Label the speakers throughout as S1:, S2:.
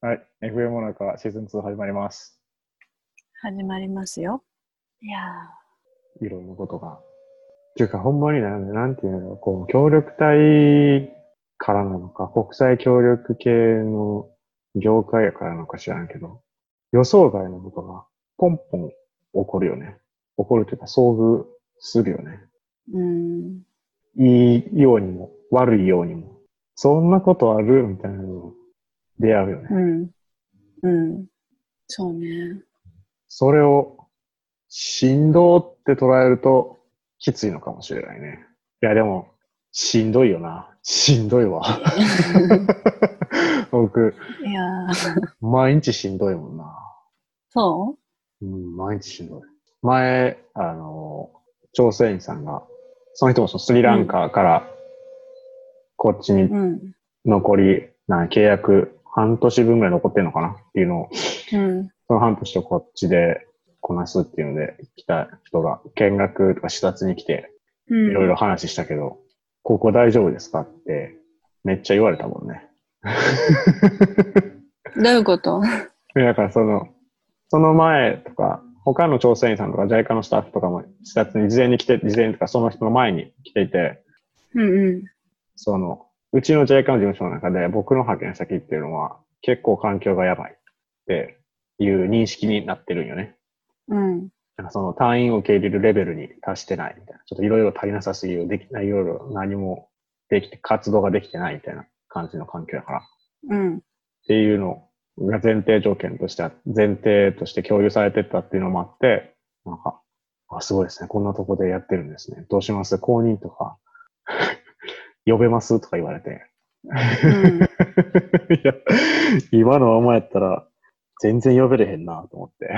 S1: はい、FM もなかシーズン2始まります。
S2: 始まりますよ。いや
S1: いろんなことが。っていうか、ほんまにな、なんていうの、こう、協力隊からなのか、国際協力系の業界やからなのか知らんけど、予想外のことがポンポン起こるよね。起こるというか、遭遇するよね。
S2: ー、うん、
S1: いいようにも、悪いようにも。そんなことあるみたいなの出会うよね。
S2: うん、うん。そうね。
S1: それを、振動って捉えると、きついのかもしれないね。いや、でも、しんどいよな。しんどいわ。 僕、
S2: いやー
S1: 毎日しんどいもんな。
S2: そ
S1: うん、毎日しんどい。前、あの、調整員さんが、その人もそのスリランカから、こっち
S2: う
S1: に
S2: うん、
S1: 残り、な契約半年分ぐらい残ってんのかなっていうのを
S2: うん、
S1: その半年とこっちでこなすっていうので来た人が見学とか視察に来てい
S2: うん。
S1: ろいろ話したけど、ここ大丈夫ですかってめっちゃ言われたもんね。
S2: どういうこと
S1: でだからその、その前とか、他の調査員さんとか JICA のスタッフとかも視察に事前に来て、事前とかその人の前に来ていて、
S2: うん、
S1: その、うちの JICA の事務所の中で僕の派遣先っていうのは結構環境がやばいっていう認識になってるんよね。
S2: うん、うん、
S1: なんかその単位を受け入れるレベルに達してないみたいな。ちょっといろいろ足りなさすぎる。できない、いろいろ何もできて、活動ができてないみたいな感じの環境だから。っ
S2: うん、
S1: ていうのが前提条件としてあ、前提として共有されてったっていうのもあって、なんか、あ、すごいですね。こんなとこでやってるんですね。どうします公認とか、 呼べますとか言われて。
S2: うん。
S1: いや、今のままやったら、全然呼べれへんなと思って。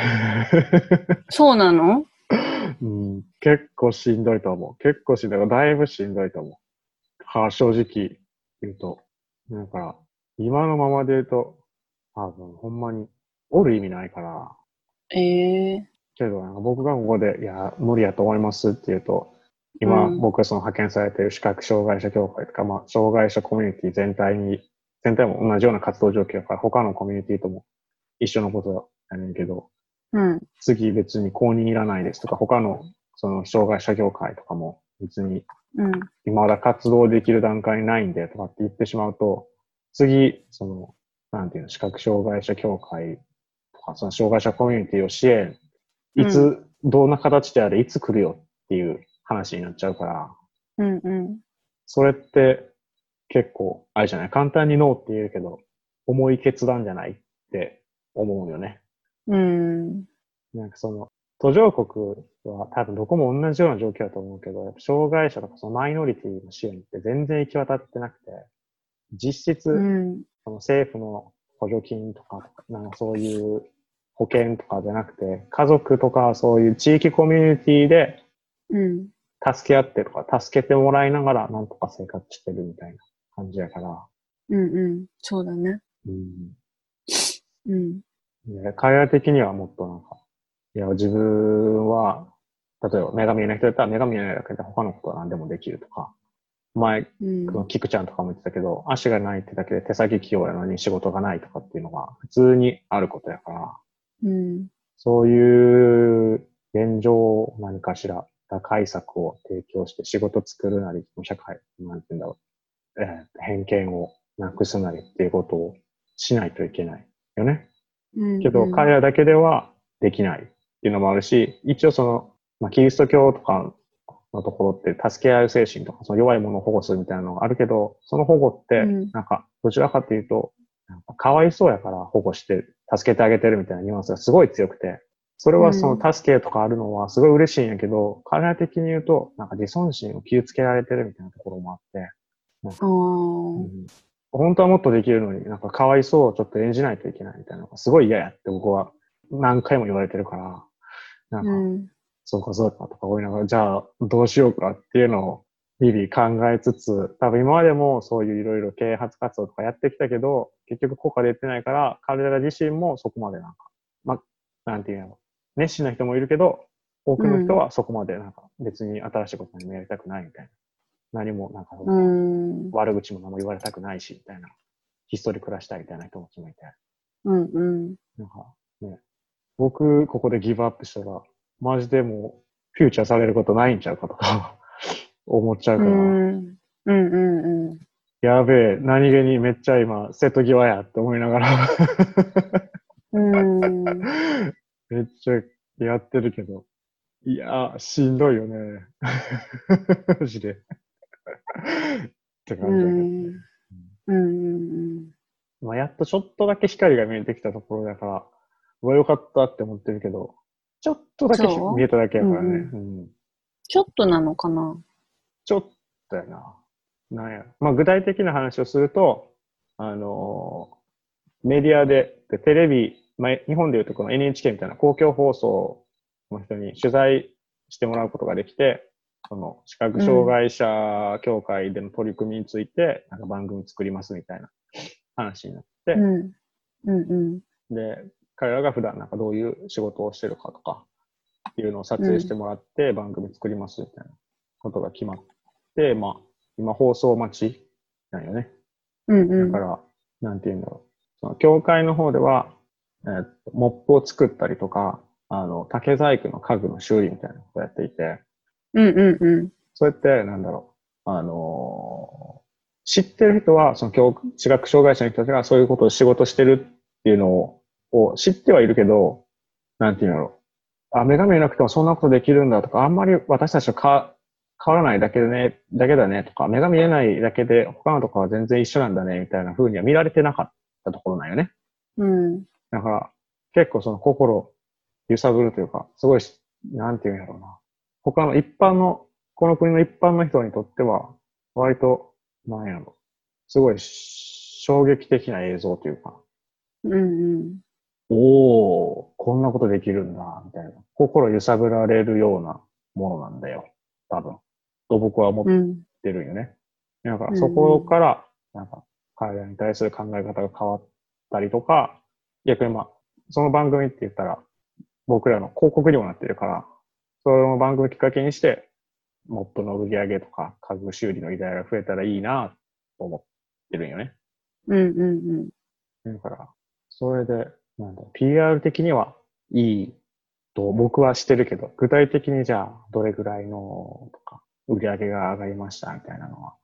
S2: そうなの
S1: うん、結構しんどいと思う。結構しんどい。だいぶしんどいと思う。は正直言うと。だから、今のままで言うと、多分ほんまに、おる意味ないから、
S2: ええ
S1: けどなんか僕がここで、いや、無理やと思いますって言うと、今、
S2: うん
S1: 僕がその派遣されている視覚障害者協会とか、まあ、障害者コミュニティ全体に、全体も同じような活動状況だから、他のコミュニティとも一緒のことやねんけど、
S2: うん、
S1: 次別に公認いらないですとか、他のその障害者業界とかも別に
S2: うん、
S1: まだ活動できる段階にないんでとかって言ってしまうと、次、その、なんていうの、視覚障害者協会とか、その障害者コミュニティを支援、いつ、
S2: う
S1: どんな形であれ、いつ来るよっていう話になっちゃうから、
S2: うん、うん。
S1: それって結構、あれじゃない、簡単にノーって言えるけど、重い決断じゃないって思うよね。
S2: うん、
S1: なんかその、途上国は多分どこも同じような状況だと思うけど、やっぱ障害者とかそのマイノリティの支援って全然行き渡ってなくて、実質、
S2: うん、
S1: その政府の補助金とか、なんかそういう保険とかじゃなくて、家族とかそういう地域コミュニティで
S2: うん、
S1: 助け合ってとか、助けてもらいながらなんとか生活してるみたいな感じやから、
S2: うん、うん。そうだね。
S1: うん、
S2: うん、
S1: ね海外的にはもっとなんか、いや、自分は、例えば、目が見えない人だったら、目が見えないだけで他のことは何でもできるとか、前、
S2: うん、
S1: そのキクちゃんとかも言ってたけど、足がないってだけで手先器用やのに仕事がないとかっていうのが普通にあることやから、
S2: うん、
S1: そういう現状を何かしら、打開策を提供して仕事作るなり、社会、なんて言うんだろう、えー偏見をなくすなりっていうことをしないといけないよね。
S2: うん。
S1: けど、彼らだけではできないっていうのもあるし、一応その、まあ、キリスト教とかのところって助け合う精神とか、その弱いものを保護するみたいなのがあるけど、その保護って
S2: うん、
S1: なんか、どちらかっていうと、なんかかわいそうやから保護して、助けてあげてるみたいなニュアンスがすごい強くて、それはその助けとかあるのはすごい嬉しいんやけど、彼ら的に言うと、なんか自尊心を傷つけられてるみたいなところもあって、
S2: あー
S1: 本当はもっとできるのに、なんかかわいそうをちょっと演じないといけないみたいなのがすごい嫌やって僕は何回も言われてるから、なんか、
S2: うん。
S1: そうかそうかとか思いながら、じゃあどうしようかっていうのを日々考えつつ、多分今までもそういういろいろ啓発活動とかやってきたけど、結局効果出てないから、彼ら自身もそこまでなんか、ま、なんていうの、熱心な人もいるけど、多くの人はそこまでなんか別に新しいこと何もやりたくないみたいな。何もなんか、
S2: うん。
S1: 悪口も何も言われたくないし、みたいな。ひっそり暮らしたいみたいな人たちもいて。
S2: うんうん。
S1: なんかね、僕、ここでギブアップしたら、マジでもう、フューチャーされることないんちゃうかとか、 思っちゃう
S2: う
S1: から、
S2: ん。うんうんうん。
S1: やべえ、何気にめっちゃ今、瀬戸際やって思いながら、
S2: うん。
S1: めっちゃやってるけど、いやー、しんどいよね。 マジで。って感じだ
S2: う
S1: けど
S2: ん。うん。
S1: まあ、やっとちょっとだけ光が見えてきたところだから、うわ、よかったって思ってるけど、ちょっとだけ
S2: そう
S1: 見えただけやからね。
S2: う
S1: うん
S2: ちょっとなのかな
S1: ちょっとやな。なんや。まあ、具体的な話をすると、あのーメディアで、でテレビ、まあ、日本でいうとこの NHK みたいな公共放送の人に取材してもらうことができて、その視覚障害者協会での取り組みについて、なんか番組作りますみたいな話になって、
S2: うん。うんうん。
S1: で、彼らが普段なんかどういう仕事をしてるかとか、っていうのを撮影してもらって番組作りますみたいなことが決まって、まあ、今放送待ちなんよね。
S2: うんう
S1: だ
S2: ん。
S1: から、なんて言うんだろう。その、教会の方では、えーっとモップを作ったりとか、あの、竹細工の家具の修理みたいなことをやっていて、
S2: うんうんうん。
S1: そうやって、なんだろう、あのー知ってる人は、その教、視覚障害者の人たちがそういうことを仕事してるっていうのを、を知ってはいるけど、なんていうんだろう。あ、目が見えなくてもそんなことできるんだとか、あんまり私たちとか変わらないだけでね、だけだねとか、目が見えないだけで他のとかは全然一緒なんだね、みたいな風には見られてなかったところなんよね。
S2: うん。
S1: だから、結構その心を揺さぶるというか、すごいし、なんていうんやろうな。他の一般の、この国の一般の人にとっては、割と、なんやろすごいし衝撃的な映像というか、
S2: うんうん。
S1: おおこんなことできるんだ、みたいな。心揺さぶられるようなものなんだよ。多分。と僕は思っ
S2: うん。
S1: ってるんよね。だか
S2: う
S1: ら
S2: ん
S1: そこから、なんか、彼らに対する考え方が変わったりとか、逆にまあ、その番組って言ったら、僕らの広告にもなってるから、その番組きっかけにして、モップの売り上げとか、家具修理の依頼が増えたらいいな、と思ってるんよね。
S2: うんうんうん。
S1: だから、それで、なんだ、PR 的にはいいと僕はしてるけど、具体的にじゃあ、どれぐらいのとか、売り上げが上がりましたみたいなのは、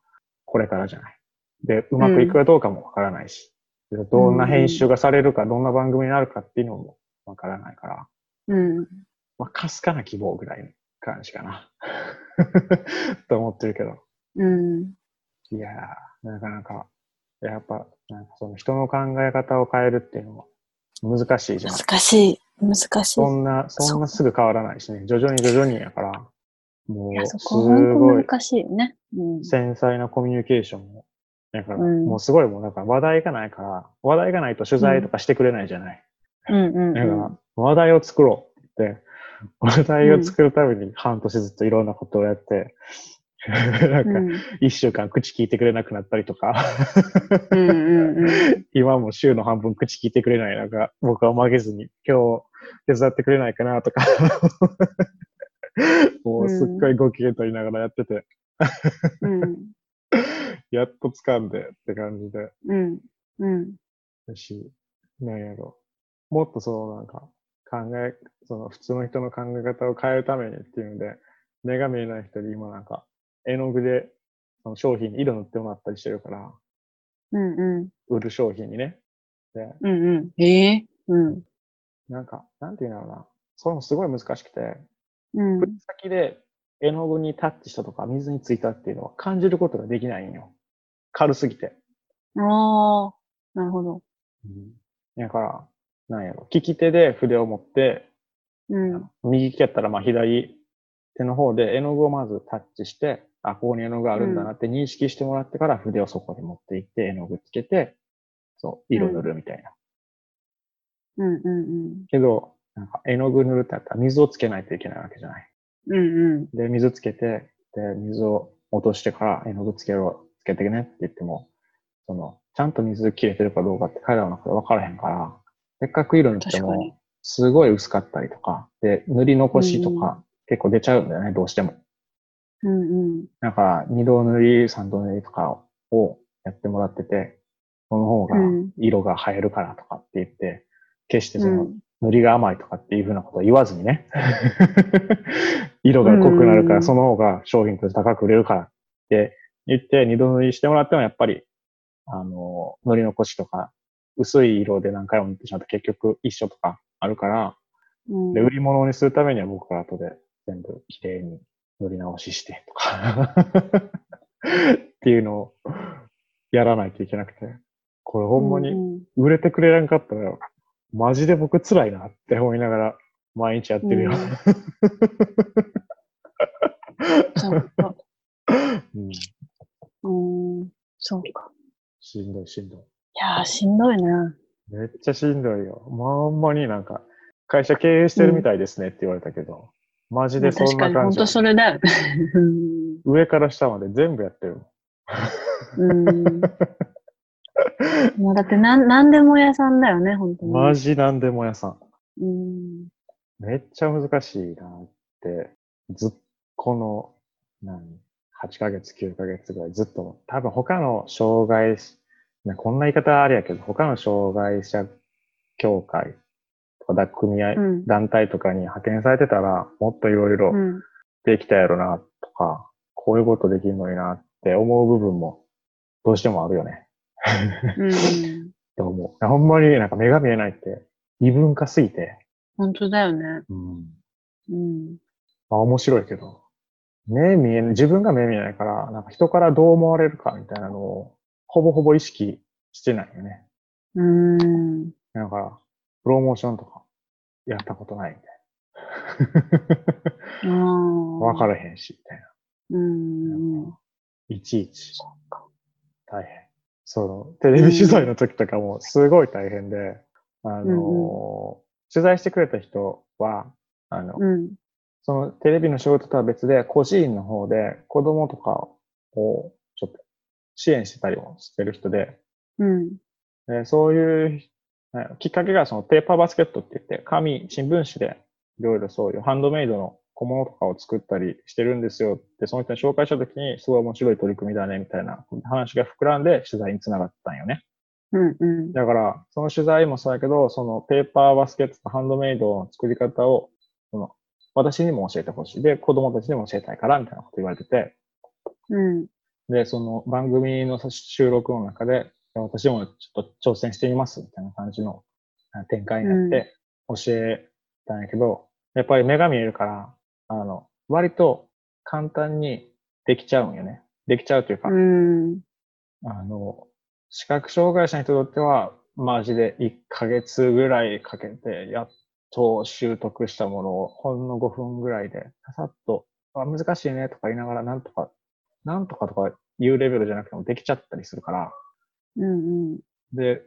S1: これからじゃない。で、うまくいくかどうかもわからないし、でどんな編集がされるか、どんな番組になるかっていうのもわからないから、
S2: うん。
S1: まあ、かすかな希望ぐらいの感じかな。 と思ってるけど。
S2: うん。
S1: いやー、なかなか、やっぱ、なんかその人の考え方を変えるっていうのは難しいじゃん。
S2: 難しい。難しい。
S1: そんな、そんなすぐ変わらないしね。徐々に徐々にやから、も、
S2: いうや、そ
S1: す
S2: こ本
S1: ごい
S2: 当難しいよね。うん。
S1: 繊細なコミュニケーションも。だから、
S2: うん
S1: もうすごいもう、だから話題がないから、話題がないと取材とかしてくれないじゃない。
S2: うんうん
S1: だか
S2: う
S1: ら、話題を作ろうって言って、話題を作るために半年ずっといろんなことをやって、 なん
S2: ん。う
S1: か、
S2: ん
S1: 一週間口聞いてくれなくなったりとか。
S2: うんうんうん。
S1: 今も週の半分口聞いてくれないなんか僕は負けずに今日手伝ってくれないかなとか もうすっごいご機嫌取りながらやってて、
S2: うん
S1: やっと掴んでって感じで
S2: うんうん
S1: だしなんやろもっとそうなんか考えその普通の人の考え方を変えるためにっていうので目が見えない人に今なんか絵の具でその商品に色塗ってもらったりしてるから
S2: うんうん
S1: 売る商品にねで
S2: うんうん。ええ。うん
S1: なんかなんていうんだろうなそれもすごい難しくて
S2: うん
S1: 筆先で絵の具にタッチしたとか水についたっていうのは感じることができないんよ。軽すぎて。
S2: ああ、なるほど。
S1: だから、なんやろ。利き手で筆を持って、
S2: うん。
S1: 右利きやったらまあ左手の方で絵の具をまずタッチして、あ、ここに絵の具があるんだなって認識してもらってから筆をそこに持っていって、絵の具つけて、そう、色塗るみたいな。
S2: うんうん
S1: けど、なんか絵の具塗るってやったら水をつけないといけないわけじゃない。
S2: うん。うんうん。
S1: で、水つけて、で、水を落としてから絵の具つけろ、つけてねって言っても、その、ちゃんと水切れてるかどうかって彼らの中で分からへんから、せっかく色塗って
S2: 確かに
S1: も、すごい薄かったりとか、で、塗り残しと
S2: うん
S1: か結構出ちゃうんだよね、どうしても。
S2: うんうん。
S1: だから、二度塗り、三度塗りとかをやってもらってて、その方が
S2: うん
S1: 色が映えるからとかって言って、決して
S2: う
S1: その
S2: ん。
S1: 塗りが甘いとかっていうふうなことを言わずにね、色が濃くなるか
S2: う
S1: ら、
S2: ん
S1: その方が商品として高く売れるからって言って、二度塗りしてもらってもやっぱり、あの、塗り残しとか、薄い色で何回も塗ってしまって結局一緒とかあるから、
S2: うん
S1: で、売り物にするためには僕が後で全部綺麗に塗り直ししてとか、っていうのをやらないといけなくて、これほんまに
S2: うん
S1: 売れてくれらんかったら、マジで僕辛いなって思いながら、毎日やってるよ。
S2: うんそっか。
S1: うん、
S2: うん。そうか。
S1: しんどいしんど
S2: いやー、しんどいな。
S1: い。めっちゃしんどいよ。まあ、ほんまになんか、会社経営してるみたいですねって言われたけど、マジでそ
S2: 確
S1: ん
S2: か
S1: な
S2: に、
S1: 感
S2: 本
S1: じ
S2: 当。それだ よね。うん
S1: 上から下まで全部やってるもん。
S2: うん。もうだってなん、なんでも屋さんだよね、本当に。
S1: マジなんでも屋さん。
S2: うん。
S1: めっちゃ難しいなって、ずっこの、何、8ヶ月、9ヶ月ぐらいずっと、多分他の障害し、ねこんな言い方あれやけど、他の障害者協会とか組合、
S2: うん。
S1: 団体とかに派遣されてたら、もっといろいろ
S2: うん。
S1: できたやろなとか、こういうことできるのになって思う部分もどうしてもあるよね。
S2: うん。
S1: と思う。ほんまになんか目が見えないって異文化すぎて、
S2: 本当だよね。
S1: うん、
S2: うん。
S1: まあ面白いけど、目見えない、自分が目見えないから、なんか人からどう思われるかみたいなのを、ほぼほぼ意識してないよね。
S2: うん。
S1: だから、プロモーションとか、やったことないみたい
S2: あ
S1: な。
S2: あ。
S1: わからへんし、みたい
S2: うん。うん
S1: な。いちいち、
S2: そっか。
S1: 大変。その、テレビ取材の時とかも、すごい大変で、あのー取材してくれた人は、あの、
S2: うん。
S1: そのテレビの仕事とは別で、個人の方で子供とかをちょっと支援してたりもしてる人で、
S2: うん。
S1: でそういう、ねきっかけがそのペーパーバスケットって言って、紙、新聞紙でいろいろそういうハンドメイドの小物とかを作ったりしてるんですよって、その人に紹介した時に、すごい面白い取り組みだねみたいな話が膨らんで取材につながったんよね。
S2: うん。うん。
S1: だから、その取材もそうやけど、そのペーパーバスケットとハンドメイドの作り方を、その私にも教えてほしい。で、子供たちにも教えたいから、みたいなこと言われてて、
S2: うん。で
S1: で、その番組の収録の中で、私もちょっと挑戦してみます、みたいな感じのあ展開になって、教えたんやけど、やっぱり目が見えるから、あの、割と簡単にできちゃうんよね。できちゃうというか、
S2: うん。
S1: あの、視覚障害者にとっては、マジで1ヶ月ぐらいかけて、やっと習得したものを、ほんの5分ぐらいで、ささっと、あ難しいねとか言いながら、なんとか、なんとかとか言うレベルじゃなくてもできちゃったりするから、
S2: うん。
S1: で、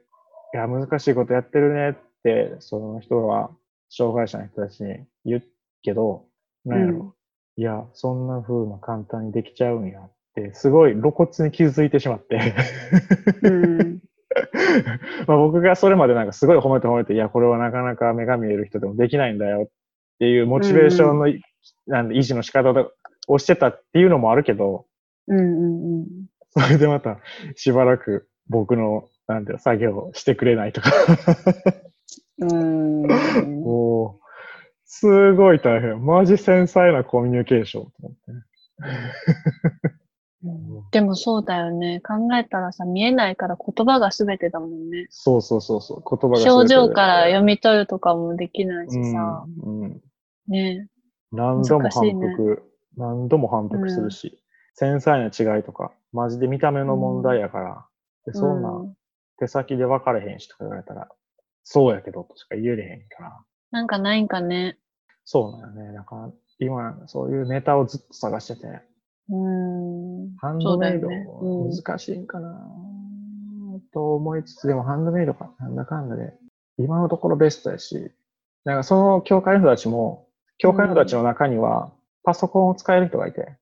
S1: いや、難しいことやってるねって、その人は、障害者の人たちに言うけど、なんやろ、いや、そんな風な簡単にできちゃうんやって、すごい露骨に気づいてしまって。
S2: うん。
S1: まあ僕がそれまでなんかすごい褒めて褒めて、いや、これはなかなか目が見える人でもできないんだよっていうモチベーションのい、なんで維持の仕方をしてたっていうのもあるけど、
S2: うん。うん。
S1: それでまたしばらく僕の、なんていうの作業をしてくれないと か、
S2: うん。
S1: もう、すごい大変。マジ繊細なコミュニケーションと思ってね。
S2: でもそうだよね。考えたらさ、見えないから言葉が全てだもんね。
S1: そうそうそうそう、言葉が
S2: 症状から
S1: や
S2: 読み取るとかもできないしさ。
S1: うんうん
S2: ね
S1: 何度も
S2: 難しい
S1: 反
S2: ね
S1: 復、何度も反復するし、繊細な違いとか、マジで見た目の問題やから、でそんな
S2: うん
S1: 手先で分かれへんしとか言われたら、そうやけどとしか言えれへんから、
S2: なんかないんかね。
S1: そうなんよね。だから今、そういうネタをずっと探してて、
S2: うん。
S1: ハンドメイド
S2: そうだよねうん
S1: 難しいんかな、と思いつつ、でもハンドメイドか、なんだかんだで、今のところベストやし、なんかその教会の人たちも、教会の人たちの中には、パソコンを使える人がいて、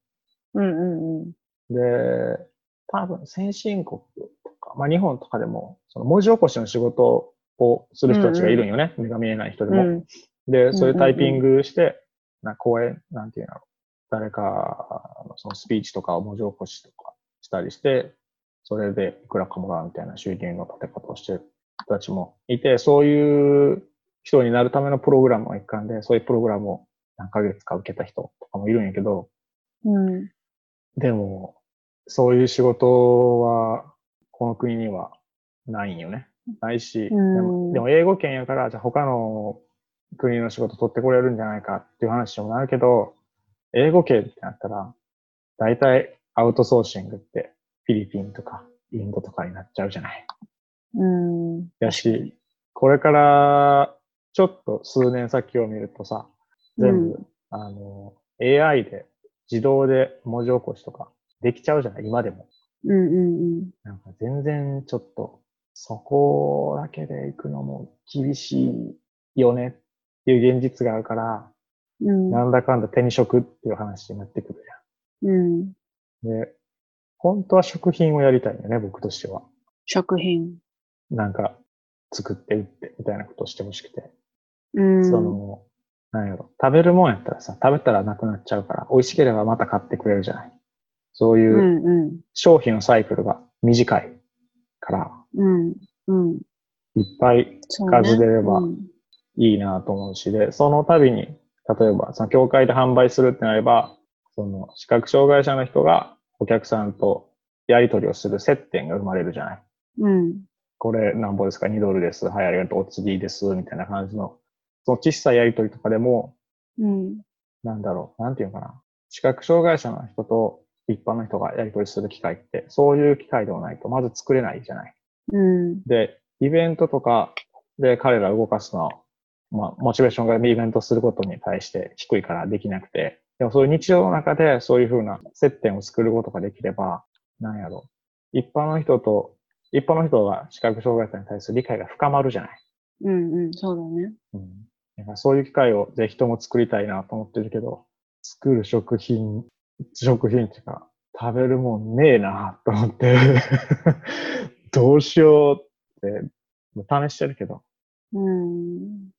S2: うんうんうん。
S1: で、多分先進国とか、まあ日本とかでも、その文字起こしの仕事をする人たちがいるんよね。目が見えない人でも。
S2: うん
S1: で、そういうタイピングして、な講演、なんていうの、誰かのそのスピーチとかを文字起こしとかしたりして、それでいくらかもらうみたいな収入の立て方をしてる人たちもいて、そういう人になるためのプログラムの一環で、そういうプログラムを何ヶ月か受けた人とかもいるんやけど、
S2: うん。
S1: でも、そういう仕事は、この国にはないんよね。ないし、で
S2: うん
S1: もでも英語圏やから、じゃあ他の国の仕事取ってこれるんじゃないかっていう話にもなるけど、英語圏ってなったら、大体アウトソーシングってフィリピンとかインドとかになっちゃうじゃない。
S2: うん。
S1: やし、これからちょっと数年先を見るとさ、全部、あの、AI で自動で文字起こしとかできちゃうじゃない今でも。
S2: うんうんうん。
S1: なんか全然ちょっと、そこだけで行くのも厳しいよねっていう現実があるから、
S2: うん。
S1: なんだかんだ手に職っていう話になってくる
S2: うん。
S1: じゃん。で、本当は食品をやりたいんだよね、僕としては。
S2: 食品。
S1: なんか、作って売ってみたいなことをしてほしくて。
S2: うん。
S1: その、なんやろ、食べるもんやったらさ、食べたらなくなっちゃうから、美味しければまた買ってくれるじゃない。そう
S2: う
S1: いうん
S2: うん。
S1: 商品のサイクルが短いから、
S2: うん。うん。
S1: いっぱい
S2: そうね
S1: 数出れば
S2: うん
S1: いいなと思うし、で、その度に、例えば、その協会で販売するってなれば、その視覚障害者の人がお客さんとやり取りをする接点が生まれるじゃない。
S2: うん。
S1: これなんぼですか ?2 ドルです。はい、ありがとう。お釣りです。みたいな感じの、その小さいやり取りとかでも、
S2: うん。
S1: なんだろう、なんていうのかな。視覚障害者の人と一般の人がやり取りする機会って、そういう機会ではないと、まず作れないじゃない。
S2: うん。
S1: で、イベントとかで彼らを動かすのは、まあ、モチベーションがイベントすることに対して低いからできなくて、でもそういう日常の中でそういうふうな接点を作ることができれば、なんやろう。一般の人と、一般の人が視覚障害者に対する理解が深まるじゃない。
S2: うん。うん。そうだね。
S1: うん、だからそういう機会をぜひとも作りたいなと思ってるけど、作る食品、食品っていうか、食べるもんねえなと思って、 どうしようって、試してるけど、
S2: うん。
S1: だ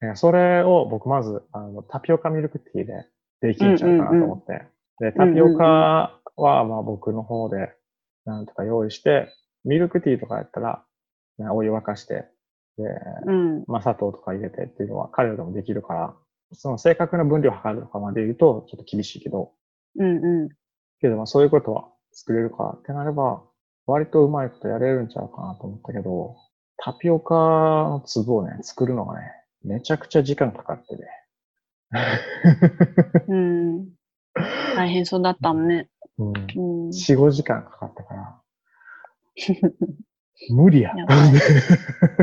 S1: からそれを僕まずあのタピオカミルクティーでできんちゃうかなと思って、で、タピオカはまあ僕の方でなんとか用意して、ミルクティーとかやったら、ねお湯沸かして、で、
S2: うん。
S1: まあ、砂糖とか入れてっていうのは彼らでもできるから、その正確な分量を測るとかまで言うとちょっと厳しいけど、
S2: うん。うん。
S1: けどまあそういうことは作れるからってなれば、割とうまいことやれるんちゃうかなと思ったけど、タピオカの粒をね、作るのがね、めちゃくちゃ時間かかってね。
S2: うん。大変そうだったもんね。
S1: うん、
S2: うん。
S1: 4、5時間かかったから、無理や。
S2: やばい。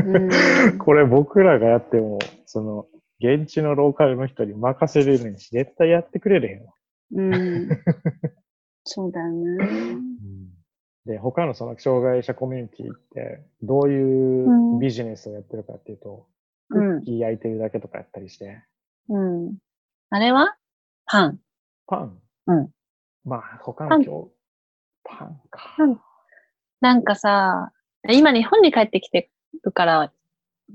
S2: うん
S1: これ僕らがやっても、その、現地のローカルの人に任せれるにし、絶対やってくれるへんわ
S2: うん。そうだよね。
S1: で、他のその障害者コミュニティって、どうい
S2: うん
S1: うビジネスをやってるかっていうと、
S2: うん。
S1: いい焼いてるだけとかやったりして、
S2: うん。あれはパン。
S1: パン
S2: うん。
S1: まあ、他の
S2: パン
S1: 今日、パンか。
S2: なんかさ、今日本に帰ってきてるから、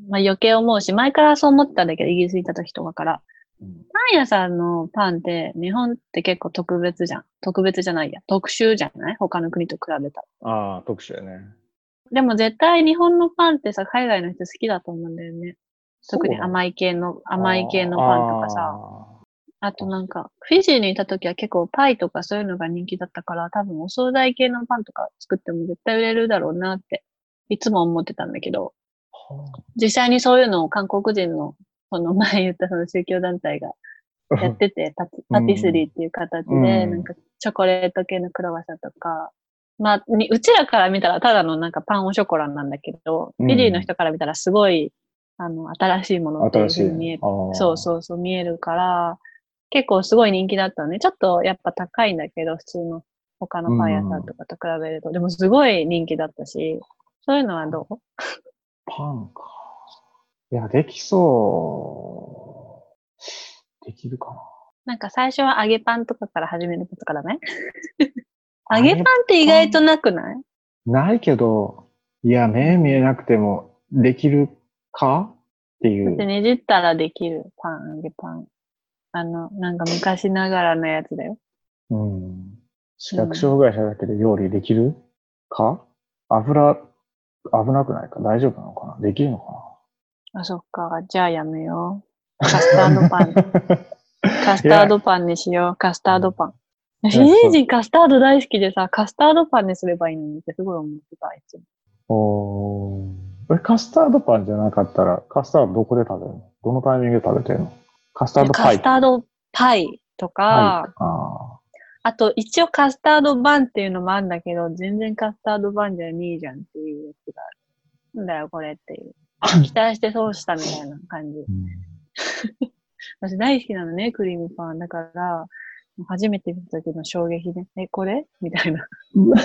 S2: まあ余計思うし、前からそう思ってたんだけど、イギリスにいた時とかから。
S1: うん
S2: パン屋さんのパンって、日本って結構特別じゃん。特別じゃないや。特殊じゃない他の国と比べたら。
S1: ああ、特殊やね。
S2: でも絶対日本のパンってさ、海外の人好きだと思うんだよね。特に
S1: い、
S2: 甘い系の、甘い系のパンとかさ。
S1: あ
S2: あとなんか、フィジーにいた時は結構パイとかそういうのが人気だったから、多分お惣菜系のパンとか作っても絶対売れるだろうなって、いつも思ってたんだけど、
S1: ー。は
S2: 実際にそういうのを韓国人の、この前言ったその宗教団体が
S1: あ
S2: やってて、パテパティスリーっていう形で、
S1: うん
S2: なんかチョコレート系のクロワッサンとか、まあ、にうちらから見たらただのなんかパンオショコランなんだけど、
S1: う
S2: フ
S1: ん
S2: ィジーの人から見たらすごい、あの、新しいものっていう
S1: 新
S2: ふ
S1: しい
S2: うに見え
S1: ね
S2: て。
S1: ああ
S2: そうそうそう、見えるから、結構すごい人気だったのね。ちょっとやっぱ高いんだけど、普通の他のパン屋さんとかと比べると。でもすごい人気だったし、そういうのはどう
S1: パンか。いや、できそう。できるか
S2: なんか最初は揚げパンとかから始めることからね。
S1: な。
S2: 揚げパンって意外となくない
S1: ないけど、いや、目見えなくてもできるかってい
S2: だって
S1: う。
S2: ねじったらできる。パン、揚げパン。あの、なんか昔ながらのやつだよ。
S1: うん。視覚障害者だけで料理できる、か油、危なくないか大丈夫なのかなできるのか
S2: あ、そっか。じゃあやめよう。カスタードパ ン。
S1: な
S2: カスタードパンにしよう。カスタードパン。
S1: ん
S2: フィリー人カスタード大好きでさ、カスタードパンにすればいいのにってすごい思ってた、いつも。
S1: おーえ、カスタードパンじゃなかったら、カスタードどこで食べるのどのタイミングで食べてるのカスタードパ
S2: カ
S1: イ
S2: スタードパイとか、
S1: はいあ
S2: あと一応カスタードバンっていうのもあるんだけど、全然カスタードバンじゃねえじゃんっていうやつがある。なんだよ、これっていう。期待して損したみたいな感じ
S1: ー。うん
S2: 私大好きなのね、クリームパン。だから、初めて見た時の衝撃ね。え、これみたいな。
S1: うわ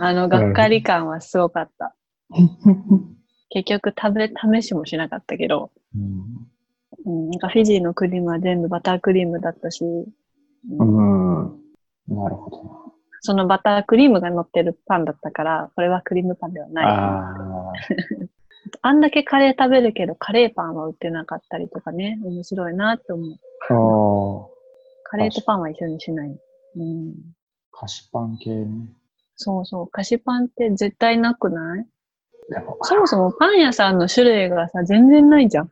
S2: あの、がっかり感はすごかった。結局食べ、試しもしなかったけど、うん、なんかフィジーのクリームは全部バタークリームだったし、
S1: うん。うん。なるほどな。
S2: そのバタークリームが乗ってるパンだったから、これはクリームパンではない。
S1: あ
S2: あんだけカレー食べるけど、カレーパンは売ってなかったりとかね、面白いなって思う。
S1: あ。あ
S2: カレーとパンは一緒にしない。うん。
S1: あ。菓子パン系ね。
S2: そうそう。菓子パンって絶対なくない
S1: でも、
S2: そもそもパン屋さんの種類がさ、全然ないじゃん。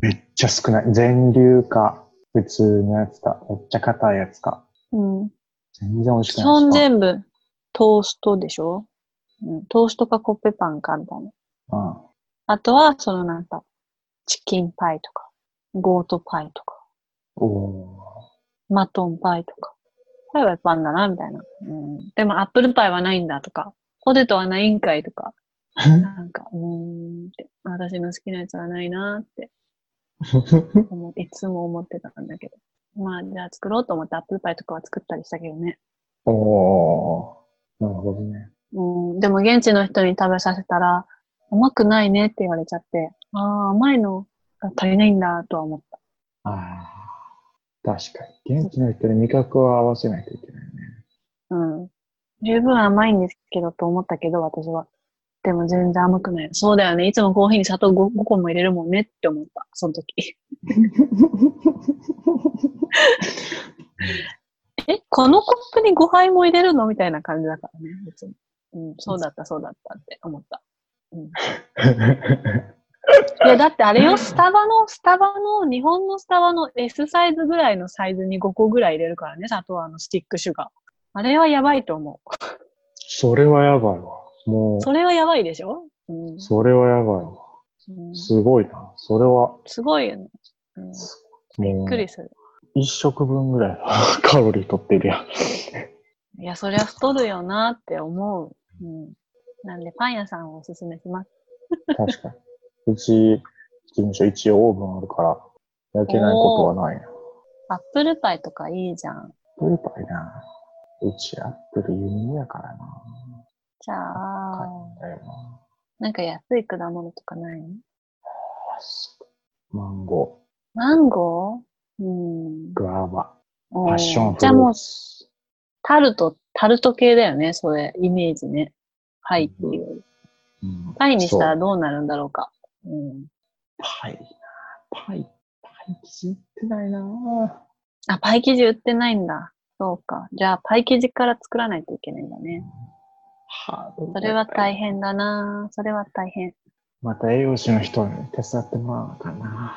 S1: めっちゃ少ない。全粒か、普通のやつか、めっちゃ硬いやつか。
S2: うん。
S1: 全然美味しく
S2: 基
S1: ない
S2: 本
S1: ですか。
S2: 全部トーストでしょ、うん、トーストかコッペパンかみたいな。
S1: うん。
S2: あとは、そのなんか、チキンパイとか、ゴートパイとか、
S1: お
S2: マトンパイとか。パイはパンだな、みたいな。うん、でも、アップルパイはないんだとか、ポテトはないんかいと か、
S1: ー。
S2: なんか、うーんって、私の好きなやつはないなって 思う、いつも思ってたんだけど。まあ、じゃあ作ろうと思ってアップルパイとかは作ったりしたけどね。
S1: おー。なるほどね。
S2: うん、でも現地の人に食べさせたら、甘くないねって言われちゃって、ああ、甘いのが足りないんだとは思った。
S1: ああ。確かに。現地の人に味覚を合わせないといけないね。
S2: うん。十分甘いんですけどと思ったけど、私は。でも全然甘くない。そうだよね。いつもコーヒーに砂糖 5, 5個も入れるもんねって思った。その 時。え、このコップに5杯も入れるのみたいな感じだからね。別に。うん、そうだった、そうだったって思った。 いや、だってあれよ、スタバの、スタバの、日本のスタバの S サイズぐらいのサイズに5個ぐらい入れるからね、砂糖あのスティックシュガー。あれはやばいと思う。
S1: それはやばいわ。も
S2: それはやばいでしょ、うん
S1: う、それはやばいわ。
S2: うん
S1: すごいな。それは、
S2: すごいよね。うん、び
S1: も
S2: っ
S1: う
S2: く、りする。
S1: 一食分ぐらいの カロリー取ってるやん。
S2: いや、そりゃ太るよなって思う。うん、なんで、パン屋さんをおすすめします。
S1: 確かに。うち、事務所一応オーブンあるから、焼けないことはないな。
S2: アップルパイとかいいじゃん。
S1: アップルパイな。うちアップル輸入やからな。
S2: じゃあ、
S1: 高いんだよな。
S2: なんか安い果物とかないの
S1: マンゴ
S2: マンゴーうん
S1: ー、。グアバ、パ
S2: パ
S1: ッションフ
S2: じゃあ
S1: ル
S2: もう
S1: ー、ツ。
S2: タルト、タルト系だよね、それ、イメージね。パイっていうより。
S1: うん
S2: パイにしたら
S1: そう
S2: どうなるんだろうか。うん。
S1: パイな。パイ、パイ生地売ってないな。
S2: あ、パイ生地売ってないんだ。そうか。じゃあ、パイ生地から作らないといけないんだね。
S1: ハード
S2: それは大変だなそれは大変。
S1: また栄養士の人に手伝ってもらおうかな。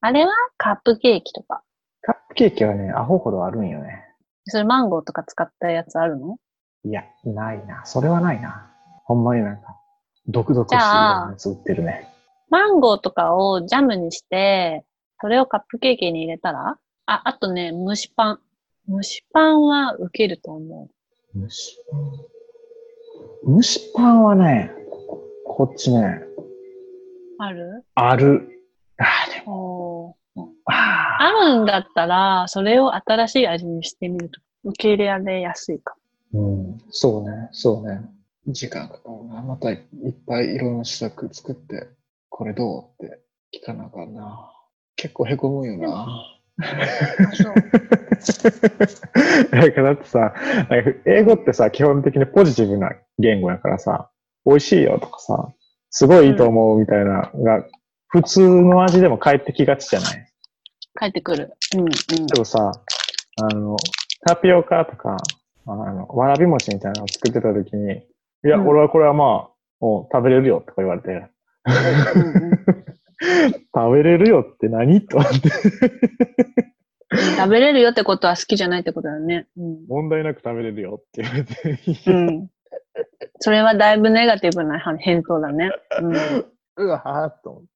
S2: あれはカップケーキとか。
S1: カップケーキはね、アホほどあるんよね。
S2: それマンゴーとか使ったやつあるの
S1: いや、ないな。それはないな。ほんまになんか、毒々しいやつ売ってるね。
S2: マンゴーとかをジャムにして、それをカップケーキに入れたらあ、あとね、蒸しパン。蒸しパンは受けると思う。
S1: 蒸しパン。蒸しパンはね、こっちね、
S2: ある
S1: ある。あーでも、
S2: おー。
S1: あ
S2: あるんだったら、それを新しい味にしてみると、受け入れられやすいかも。
S1: ーうん、そうね、そうね。時間かかるな。またいっぱいいろんな試作作って、これどうって聞かなあかんな。結構へこむよな。 なんかだってさ、なんか英語ってさ、基本的にポジティブな言語やからさ、美味しいよとかさ、すごいいいと思うみたいなのが、普通の味でも返ってきがちじゃない
S2: 帰ってくる。うんうん。
S1: でもさ、あの、タピオカとか、あの、わらび餅みたいなのを作ってた時に、いや、
S2: うん
S1: 俺はこれはまあ、もう食べれるよとか言われて、
S2: うんうん
S1: 食べれるよって何と思って、
S2: 食べれるよってことは好きじゃないってことだね。うん。
S1: 問題なく食べれるよって言われて、
S2: うん。それはだいぶネガティブな返答だね。うん。
S1: うわはーっと思 って。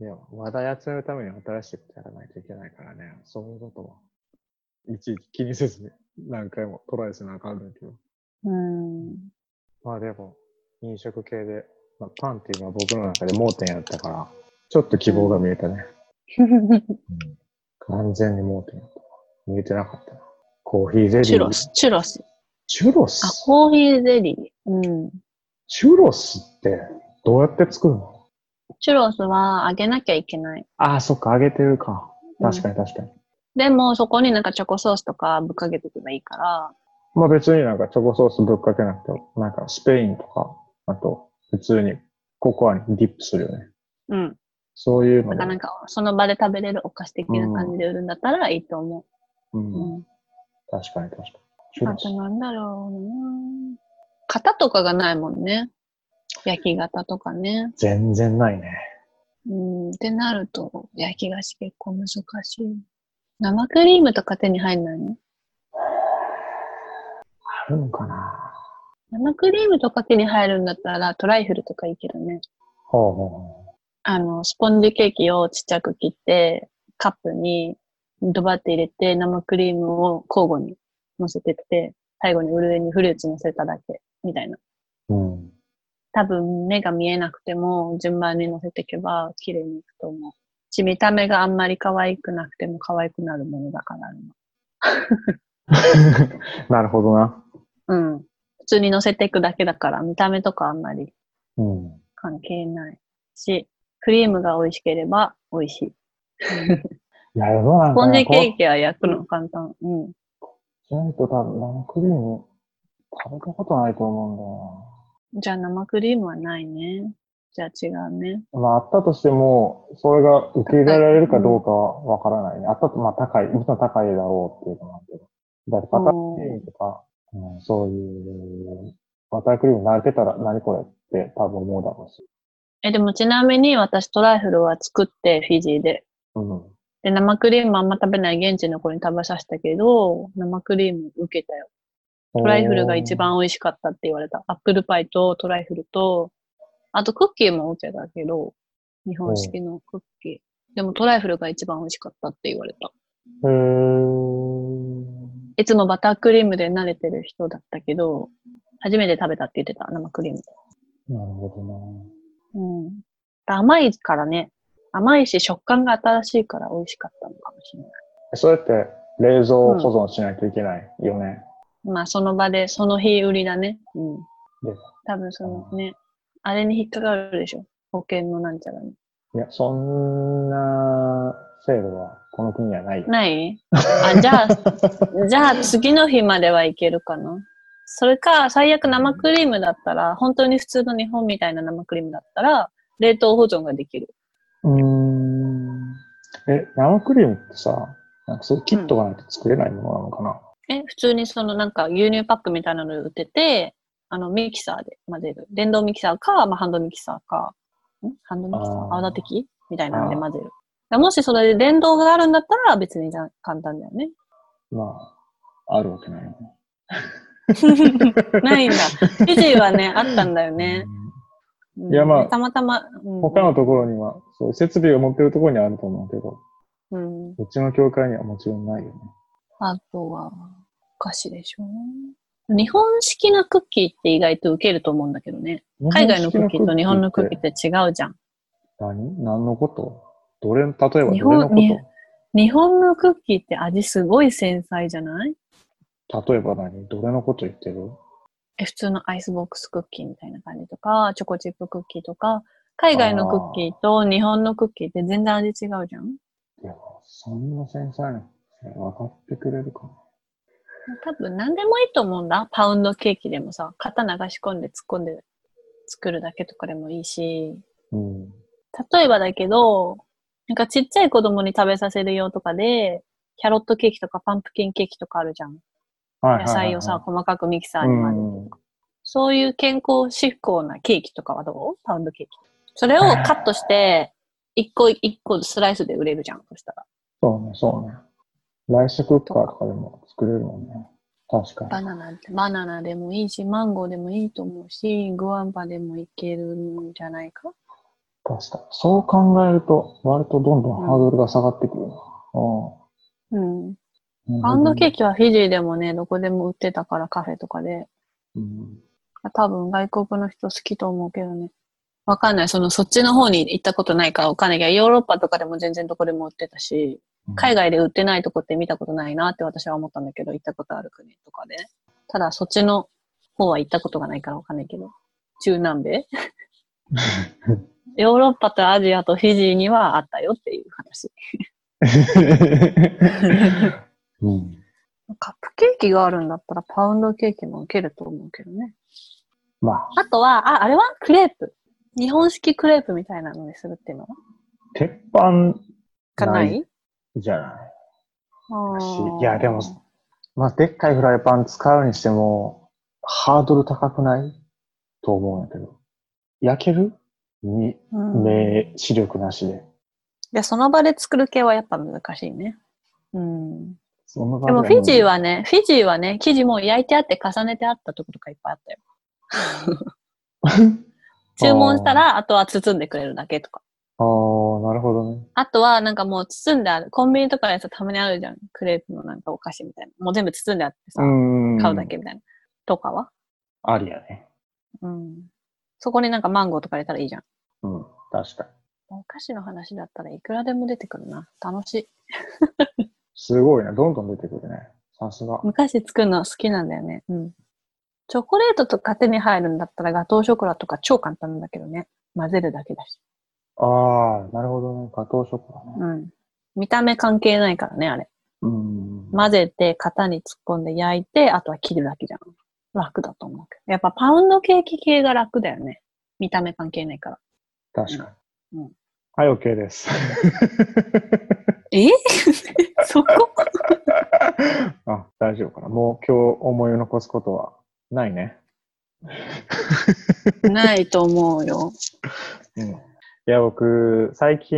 S1: いや、話題集めるために新しいことやらないといけないからね、そういうことはいちいち気にせずに何回もトライせなあかんねんけど。
S2: うん。
S1: まあでも、飲食系で、まあ、パンっていうのは僕の中で盲点やったから、ちょっと希望が見えたね。完全に盲点やった。見えてなかったな。コーヒーゼリー。
S2: チュロ。ス、チュロス。
S1: チュロ
S2: あ、
S1: ス
S2: コーヒーゼリー。うん。
S1: チュロスってどうやって作るの
S2: チュロスは揚げなきゃいけない。
S1: ああ、そっか、揚げてるか。
S2: うん
S1: 確かに確かに。
S2: でも、そこになんかチョコソースとかぶっかけておけばいいから、
S1: まあ別になんかチョコソースぶっかけなくても、なんかスペインとか、あと普通にココアにディップするよね。
S2: うん。
S1: そういうの
S2: だ
S1: で
S2: からなんか、その場で食べれるお菓子的な感じで売るんだったらいいと思
S1: う
S2: う。
S1: ん。
S2: うん。
S1: 確かに確かに。チュ
S2: あ
S1: ロス
S2: となんだろうな型とかがないもんね。焼き型とかね。
S1: 全然ないね。
S2: うん。ってなると、焼き菓子結構難しい。生クリームとか手に入んないの
S1: あるのかな
S2: 生クリームとか手に入るんだったら、トライフルとかいいけどね。
S1: ほうほうほ
S2: あの、スポンジケーキをちっちゃく切って、カップにドバって入れて、生クリームを交互に乗せてって、最後に上にフルーツ乗せただけ、みたいな。
S1: う。うん。
S2: 多分目が見えなくても順番に乗せていけば綺麗にいくと思う。し、見た目があんまり可愛くなくても可愛くなるものだからあるの。
S1: なるほどな。
S2: うん。普通に乗せていくだけだから見た目とかあんまり
S1: うん。
S2: 関係ないし、クリームが美味しければ美味しい。
S1: いや、世の
S2: ス
S1: 中
S2: ポンジケ
S1: キ。
S2: ーキは焼くの簡単。うん。
S1: ちょっと多分、生クリーム食べたことないと思
S2: じゃあ生クリームはないね。じゃあ違うね。
S1: うんだよな。まあ、あったとしても、それが受け入れられるかどうかはわからないね。あったと、まあ、高い、もちろん高いだろうっていうのもあるけど。だって、バタークリームとか、うん、そういう、バタークリーム慣れてたら何これって多分思うだろうし。
S2: え、でもちなみに私トライフルは作ってフィジーで。
S1: うん。
S2: で、生クリームあんま食べない現地の子に食べさせたけど、生クリーム受けたよ。トライフルが一番美味しかったって言われた。アップルパイとトライフルと、あとクッキーも受けたけど、日本式のクッキー。でもトライフルが一番美味しかったって言われた。
S1: おー。へー
S2: いつもバタークリームで慣れてる人だったけど、初めて食べたって言ってた、生クリーム。
S1: なるほどな。
S2: うん。甘いからね。甘いし食感が新しいから美味しかったのかもしれない。
S1: それって冷蔵保存しないといけないよね。
S2: まあその場で、その日売りだね。うん。
S1: で
S2: 多分そのね、あれに引っかかるでしょ。保険のなんちゃらに。
S1: いや、そんな制度はこの国にはないよ。
S2: ないあ、じゃ あ、じゃあ次の日まではいけるかな。それか、最悪生クリームだったら、本当に普通の日本みたいな生クリームだったら、冷凍保存ができる。
S1: うーん。え、生クリームってさ、なんかそう切っとかないと作れないものなのかな、
S2: え、普通にそのなんか牛乳パックみたいなので売ってて、あの、ミキサーで混ぜる。電動ミキサーか、まあ、ハンドミキサーか。んハンドミキサー
S1: あー
S2: 泡立て器みたいなので混ぜる。だからもしそれで電動があるんだったら、別にじゃ簡単だ よね。
S1: まあ、あるわけないよね。
S2: ないんだ。フィジーはね、あったんだよね。うん
S1: いやまあ
S2: たまたま。
S1: う
S2: うん
S1: ん。他のところには、そういう設備を持ってるところにはあると思うけど、
S2: うん。
S1: うちの教会にはもちろんないよね。
S2: あとは、お菓子でしょ日本式のクッキーって意外と受けると思うんだけどね。海外のクッキーと日本のクッキ
S1: っ
S2: ーってて違うじゃん。
S1: 何何のことどれ、例えばどれ
S2: 日本
S1: のこ
S2: に日本のクッキーって味すごい繊細じゃない
S1: と例えば何どれのこと言ってる
S2: え普通のアイスボックスクッキーみたいな感じとか、チョコチップクッキーとか、海外のクッキーと日本のクッキーって全然味違うじゃん
S1: いや、そんな繊細な、分かってくれるかな。
S2: 多分何でもいいと思うんだ。パウンドケーキでもさ、型流し込んで突っ込んで作るだけとかでもいいし、
S1: うん。
S2: 例えばだけど、なんかちっちゃい子供に食べさせる用とかで、キャロットケーキとかパンプキンケーキとかあるじゃん。
S1: はいはいはいはい
S2: 野菜をさ、細かくミキサーに混ぜて、そういう健康志向なケーキとかはどうパウンドケーキ。それをカットして、一個一個スライスで売れるじゃん、そしたら。
S1: そうね、そうね。ライスクッカーとかでも作れるもんね。確か
S2: バ
S1: に。
S2: ナナって、バナナでもいいし、マンゴーでもいいと思うし、グアンバでもいけるんじゃないか
S1: 確かに。そう考えると、割とどんどんハードルが下がってくるな。
S2: うん。
S1: うん。
S2: パウンドケー
S1: キ、
S2: キはフィジーでもね、どこでも売ってたからカフェとかで。
S1: うん
S2: 多分外国の人好きと思うけどね。わかんない。その、そっちの方に行ったことないからわかんないけど、ヨーロッパとかでも全然どこでも売ってたし、海外で売ってないとこって見たことないなって私は思ったんだけど、行ったことある国とかで。ただ、そっちの方は行ったことがないからわかんないけど。中南米ヨーロッパとアジアとフィジーにはあったよっていう話。
S1: うん。
S2: カップケーキがあるんだったらパウンドケーキも受けると思うけどね。
S1: まあ、
S2: あとは、あ、あれはクレープ。日本式クレープみたいなのにするっていうのは
S1: 鉄板
S2: かない
S1: ないじゃない。
S2: あー
S1: いや、でも、まあ、でっかいフライパン使うにしても、ハードル高くないと思うんだけど。焼けるに、
S2: うん
S1: 目、視力なしで。
S2: いや、その場で作る系はやっぱ難しいね。うん。
S1: そんな
S2: で
S1: 感
S2: も
S1: じ
S2: フィジーはね、フィジーはね、生地もう焼いてあって重ねてあったとことかいっぱいあったよ。 注文したら、あとは包んでくれるだけとか。
S1: ああ、なるほどね。
S2: あとは、なんかもう包んである。コンビニとかでさ、たまにあるじゃん。クレープのなんかお菓子みたいな。もう全部包んであってさ、
S1: ん
S2: 買うだ。けみたいな。とかは
S1: ありやね。
S2: うん。そこになんかマンゴーとか入れたらいいじゃん。
S1: うん、確かに。
S2: お菓子の話だったらいくらでも出てくるな。楽しい。
S1: すごいね。どんどん出てくるね。さすが。
S2: 昔作るの好きなんだよね。うん。チョコレートとか手に入るんだったらガトーショコラとか超簡単だけどね。混ぜるだけだし。
S1: ああ、なるほどね。ガトーショコラね。
S2: うん。見た目関係ないからね、あれ。
S1: うん。
S2: 混ぜて型に突っ込んで焼いて、あとは切るだけじゃん。楽だと思うけど。やっぱパウンドケーキ系が楽だよね。見た目関係ないから。
S1: 確かに。
S2: うん
S1: はい、OK です。
S2: え そこ
S1: あ、大丈夫かな。もう今日思い残すことはないね。
S2: ないと思うよ。
S1: うん。いや、僕、最近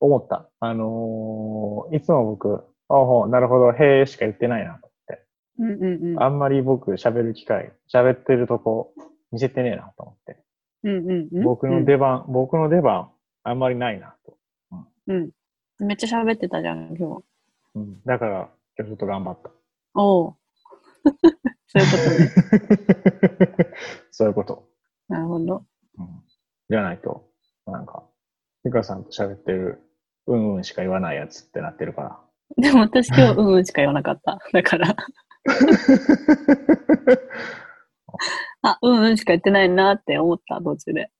S1: 思った。あのーいつも僕、あほうなるほど、へえしか言ってないな。
S2: うんうんうん。
S1: あんまり僕喋る機会、喋ってるとこ見せてねえなと思って。
S2: うんうんうん、
S1: 僕の出番、僕の出番、あんまりないなと。
S2: うん。めっちゃ喋ってたじゃん、今日。
S1: うん、だから、今日ちょっと頑張 った。
S2: おお。そういうことね。
S1: そういうこと。
S2: なるほど。
S1: うん、じゃないと、なんか、ミカさんと喋ってる、うんうんしか言わないやつってなってるから。
S2: でも私今日、うんうんしか言わなかった。だから、 あ、うんうんしか言ってないなって思った、途中で。